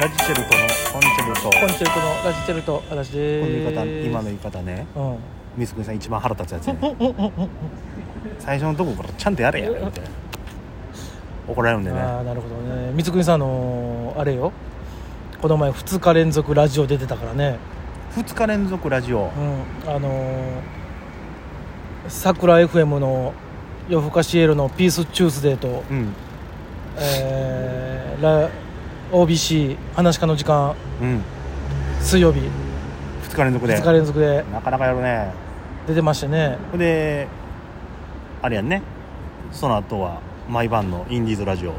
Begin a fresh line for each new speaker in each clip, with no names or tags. ラジチェルトのコンチェルト
コンチェルトのラジチェルト私で
この言い
す
方今の言い方ね
うん
みずくんさん一番腹立つやつね最初のとこからちゃんとやれやみたいな怒られるんで
あ
ね
あなるほどね光國さんあのーあれよこの前2日連続ラジオ出てたからね
2日連続ラジオ
うんあのー桜 FM の夜更かしエールのピースチューズデーと、
うん
えーラ OBC 話し家の時間
うん
水曜日
2日連続で
2日連続で
なかなかやるね
出てましてね
ほんであれやんねその後は毎晩のインディーズラジオ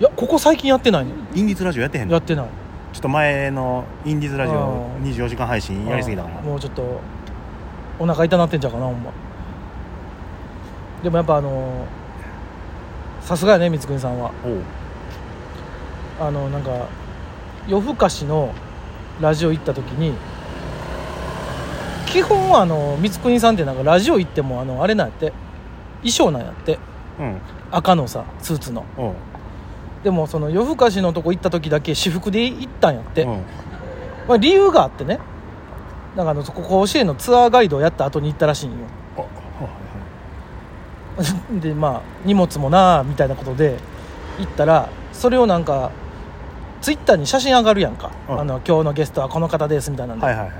いやここ最近やってないね
インディーズラジオやってへん
や
の
っ
ち
てない
ょっと前のインディーズラジオ
あー
24時間配信やりすぎたか
あ
ら
ーもうちょっとお腹痛なってんちゃうかなほんまでもやっぱあのーさすがやね光國さんは
おう
あのなんか夜更かしのラジオ行った時に基本はあの光國さんってなんかラジオ行ってもあのあれなんやって衣装なんやって
うん
赤のさスーツの
おう
でもその夜更かしのとこ行った時だけ私服で行ったんやって、
うん
まあ、理由があってねなんかあのここ甲子園のツアーガイドをやった後に行ったらしいんよ
あはいは
でまあ荷物もなあみたいなことで行ったらそれをなんかツイッターに写真上がるやんか、
うん
あの今日のゲストはこの方ですみたいなんで、
いはいはいはい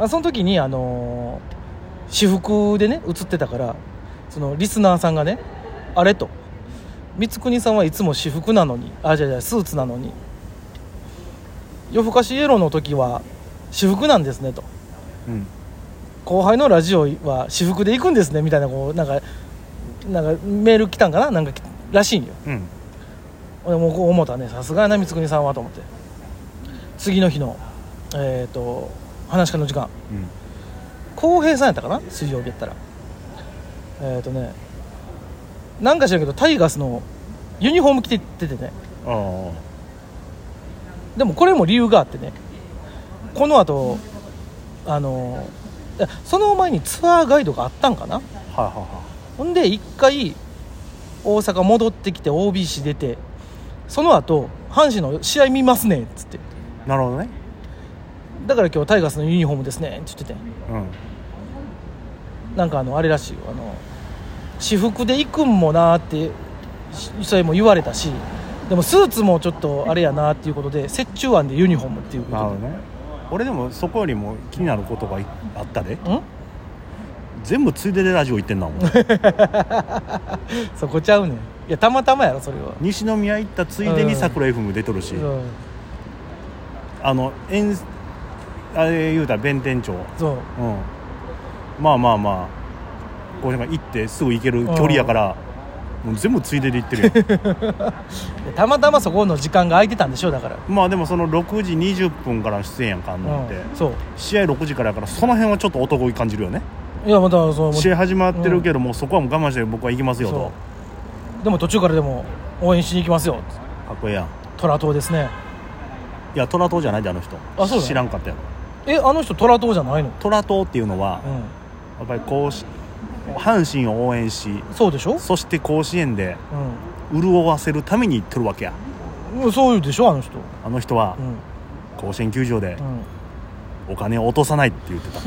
あその時にあのー私服でね写ってたからそのリスナーさんがねあれと光國さんはいつも私服なのにあじゃじゃスーツなのに夜更かしイエローの時は私服なんですねと
うん
後輩のラジオは私服で行くんですねみたいなこうなんかなんかメール来たんかななんかきらしいんよ
うん
俺もこう思ったねさすがやな光國さんはと思って次の日のえっ、と話し家の時間
うん
浩平さんやったかな水曜日やったらえっ、とねなんか知らんけどタイガースのユニフォーム着て出てね
ああ
でもこれも理由があってねこの後あのいやその前にツアーガイドがあったんかな
はいは
ほんで一回大阪戻ってきて OBC 出てその後阪神の試合見ますねんっつって
いはいなるほどね
だから今日タイガースのユニフォームですねんって言ってて
うん
なんかあのあれらしいよあの私服で行くんもなーってしそれも言われたしでもスーツもちょっとあれやなっていうことで折衷案でユニフォームっていうこ
なるほ
と
どね俺でもそこよりも気になることがいあったで
でん
全部ついででラジオ行ってんな もん
そこちゃうねんいやたまたまやろそれは、
西宮行ったついでに桜 FM 出とるし、
うん、
あの遠あれ言うたら弁天町うん
そう
まあまあまあこうなんか行ってすぐ行ける距離やからもう全部ついでで行ってるよ
いやたまたまそこの時間が空いてたんでしょだ から
まあでもその6時20分から出演やんかあんのって、
うん、そう
試合6時からやからその辺はちょっと男気感じるよね
いやまたその
試合始まってるけど、もうそこはもう我慢して僕は行きますよ
そ
と
うでも途中からでも応援しに行きますよ
かっこええやん
虎党ですね
いや虎党じゃないであの人
あそうだ
知らんかったよ
えあの人虎党じゃないの
虎党っていうのは
う、ん
やっぱりこうし阪神を応援し
そうでしょ
そして甲子園で
う
潤わせるために行ってるわけや
んうんそうでしょあの人
あの人は
うん
甲子園球場で
うん
お金を落とさないって言って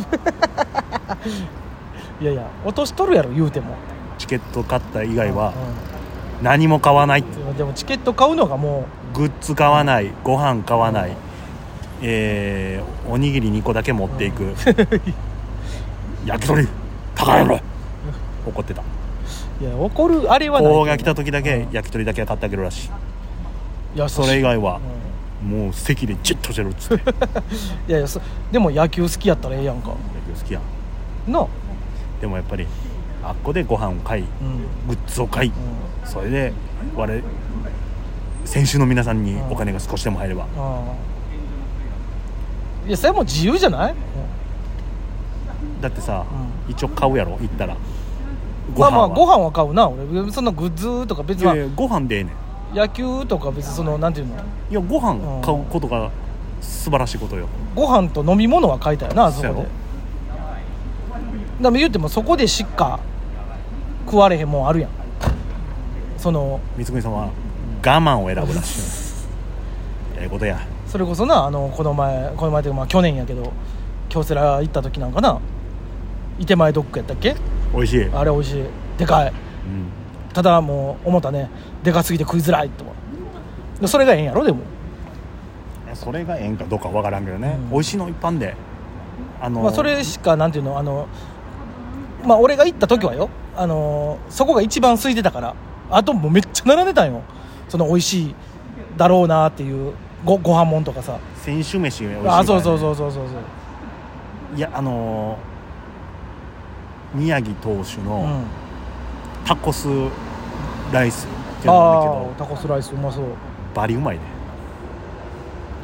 た
いやいや落としとるやろ言うても
チケット買った以外は何も買わない
うんでもチケット買うのがも
グッズ買わないご飯買わない、えーおにぎり2個だけ持ってい く焼き鳥高いやろ怒ってた
ういや怒るあれはない
大が来た時だけ焼き鳥だけは買ってあげるらしい
いや
それ以外は
うん
もう席でじっとしてるっつって野
いやいやそでも野球好きやったらええやんか
球好きやん
なあ
でもやっぱりあっこでご飯を買い
うんうん
グッズを買いそれで我先週の皆さんにお金が少しでも入れば
ああいやそれも自由じゃない
だってさ、
う
一応買うやろ行ったら
まあまあ
は
ご飯は買うな俺そんなグッズとか別
いやい
に
やご飯でええねん
野球とか別にそのなんていうの
いやご飯買うことが素晴らしいことよ
ご飯と飲み物は買いたよなあそこで
そうや
でも言ってもそこでしか食われへんもんあるやんその
光國さんは我慢を選ぶらしいええことや
それこそなあのこの前この前というかまあ去年やけど京セラ行った時なんかな伊手前ドッグやったっけ
美味しい、うん、
あれ美味しいでかいただもう思ったねでかすぎて食いづらいとはそれがええんやろでも
それがええんかどうかわからんけどね、
うん
美味しいの一般であの
まあ、それしかなんていうのあの、まあ、俺が行った時はよあのそこが一番空いてたからあともうめっちゃ並んでたんよその美味しいだろうなっていうごご飯もんとかさ
選手飯が美味しいからね、
あそうそうそうそうそうそう
いやあのー宮城投手
うん
の
あ
タコスライスっていうのがあるん
あ
だけ
タコスライスうまそう
どバリうまいね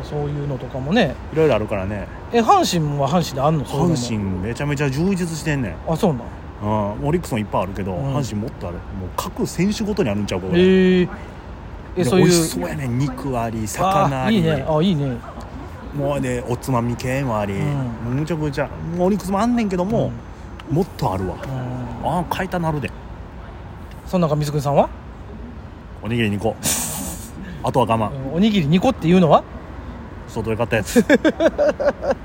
そういうのとかもね
いろいろあるからね
え阪神は阪神であんのそういうのも
阪神めちゃめちゃ充実してんねん、
あそうなん
うん、オリックスもいっぱいあるけど、
うん
阪神もっとあるもう各選手ごとにあるんちゃうかこれ、
へええ
で
そうい
美
う
味しそうやねん肉あり魚
あ
あ
あ
り
いいねあいいね
もうねおつまみ系もあり、
うん
むちゃくちゃもうオリックスもあんねんけども、もっとあるわ
うん、うん
ああ買いたなるで
そん中水国さんは、
おにぎり2個 あとは我
う
慢
んおにぎり2個っていうのは
外で買ったや つあ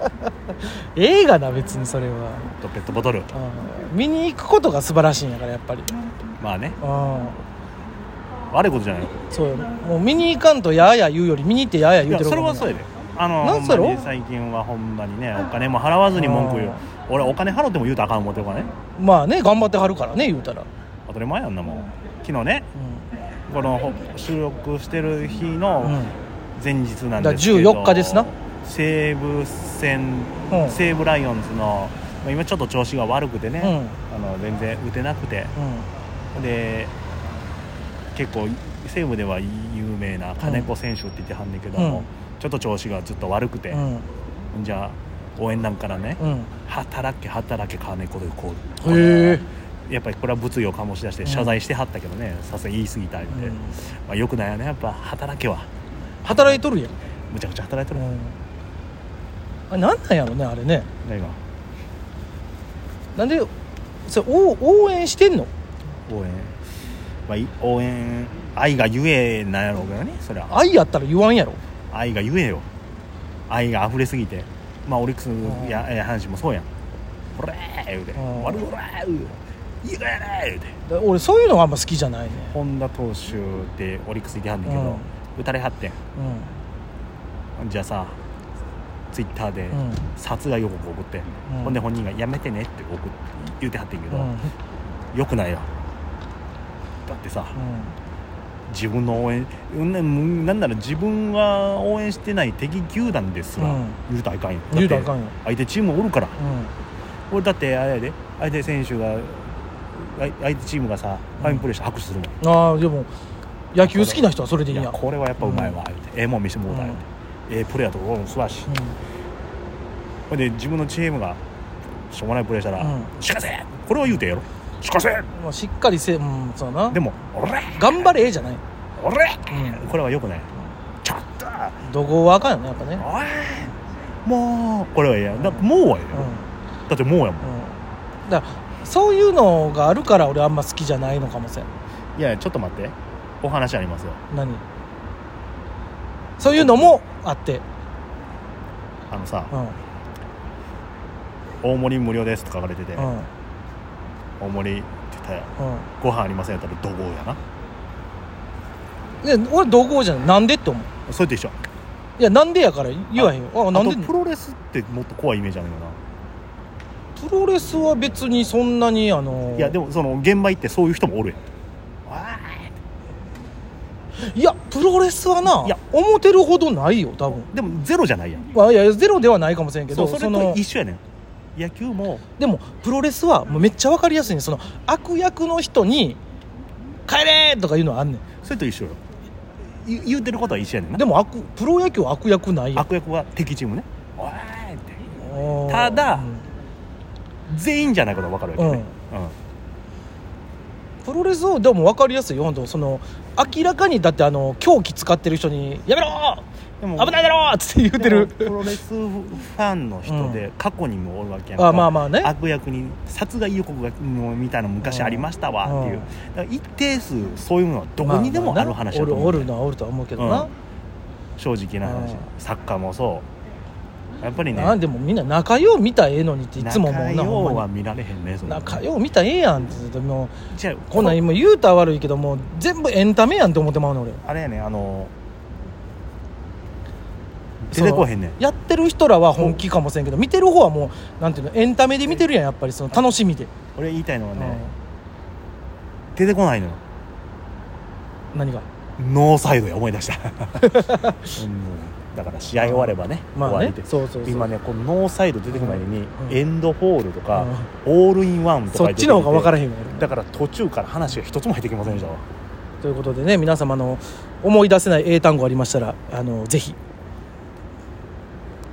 映画だ別にそれは
とペットボトル
うん見に行くことが素晴らしいんやからやっぱり
まあね
うん
悪いことじゃない
そうよもう見に行かんとやーや言うより見に行ってやーや
い
言う
や
てる
それ
方が
はそうやであの
なんそれ
ほんまに最近はほんまにねお金も払わずに文句言う
あ
俺お金払っても言うとあかん思ってるからね
まあね頑張ってはるからね言うたら、
当たり前やんなもん昨日ね
う
このほ収録してる日の
んうん
前日なんですけど、
だから14日ですな
西武戦、
うん
西武ライオンズのまあ今ちょっと調子が悪くてね、
うん
あの全然打てなくてで結構西武では有名な金子選手って言ってはんねんけども、
うん
ちょっと調子がずっと悪くて、
うん
じゃあ応援団からね、
うん
働け働け金子でこ
うんへえ
うやっぱりこれは物議を醸し出して謝罪してはったけどねさすがに言い過ぎたって、
うん
まあ、よくないよねやっぱ働けは
働いとるやん、
むちゃくちゃ働いて
う
る、
ん、あれなんなんやろねあれね
何が
なんでそれ応応援してんの
応援、まあい、応援愛がゆえなんやろうけどねそれは
愛やったら言わんやろ
愛がゆえよ愛が溢れすぎてまあオリックス
ん
やえ阪神もそうやん「ほれー!」言うて
う
「
ん
悪いほれー!」言うて「いいかやれ!」言うて
だ俺そういうのがあんま好きじゃないね、
本田投手ってオリックスいてはんねんけど、
うん
打たれはってんじゃあさツイッターで
うん
殺害予告送って、
うん
ほんで本人が「やめてね」って送って言うてはってんけ
う
ど、
んうん
よくないよだってさ、
うん
自分の応援うんなんなんなら自分が応援してない敵球団ですら、
うん
言うたらあかんよ
言うたらあかんよ
だって相手チームおるから
うん
俺だってあれやで相手選手があ相手チームがさファインプレーして拍手するもん、
ああでも野球好きな人はそれでいい
い
や
やこれはやっぱうまいわ、言うてええもん見せてもうたよ、うええプレーやと思う素晴らしい、ほんで自分のチームがしょうもないプレーしたら
うん
「しかせ!」これは言うてええやろ「しかせ!
うんまあ、しっかりせうんそうだ」な
でも「俺
頑張れじゃない
俺、
うん
これはよくないちょっと
怒号はあかんよねやっぱね
おいもうこれはいいやだもうはいいよ、
うんうん
だってもうやもん
だからそういうのがあるから俺あんま好きじゃないのかもしれん
いやいやちょっと待ってお話ありますよ
何そういうのもあって
あのさ
うん
「大盛り無料です」と書かれてて「
うん
大盛り」って言ったら
うん
「ご飯ありません」やったら「怒号」やな
で俺怒号じゃないなんでって思う
それと一緒
いやなんでやから言わへんよあ
あ
なん
と
で
プロレスってもっと怖いイメージあるよな、
プロレスは別にそんなにあの
いやでもその現場行ってそういう人もおる
いやプロレスはない
や
思ってるほどないよ多分
やんでもゼロじゃないやん
まあ、いやゼロではないかもしれんけ
そ
ど
うそれ
そ
と
の
一緒やねん野球も
でもプロレスはもうめっちゃ分かりやすいねその悪役の人に「帰れ!」とか言うのはあんね
それと一緒よい言うてることは一緒やねん
ん
な
でも悪プロ野球は悪役ないやん
悪役は敵チームねおーいって
おー
ただ
うん
全員じゃないことは分かるわけね、うん
プロレスをでも分かりやすいよ本当その明らかにだってあの狂気使ってる人に「やめろ
でも
危ないだろ!」っつって言う
で
て
も
る
プロレスファンの人で過去にもおるわけやんか、
あまあまあね
悪役に殺害予告がもうみたいなの昔ありましたわっていううんだから一定数そういうのはどこにでもある話だと思う、
まあまあなおるおるのはおるとは思うけどな、
正直な話
うん
サッカーもそうやっぱりね
なんでもみんな仲よう見たらええのにっていつも思うな
仲良
ほ
うん
ま
は
に
見られへんねそんな
仲よう見たらええやんって言ってもう
じゃあ
こんなん今言うたら悪いけどもう全部エンタメやんって思ってまうの俺
あれやねあの出てこへんねん
そのやってる人らは本気かもしれんけど見てる方はもうなんていうのエンタメで見てるやんやっぱりその楽しみで、
俺言いたいのは
う
ね
ん
出てこないのよ
何が
ノーサイドや思い出した、 うんだから試合終わればね、
まあ
終
ね
わりで
そうそうそう
今ねこのノーサイド出てくる前に、
うん
エンドホールとか、オールインワンとか
そっちの方が分からへんわ
んだから途中から話が一つも入ってきませんでしたわ
ということでね皆様の思い出せない英単語ありましたらあのぜひ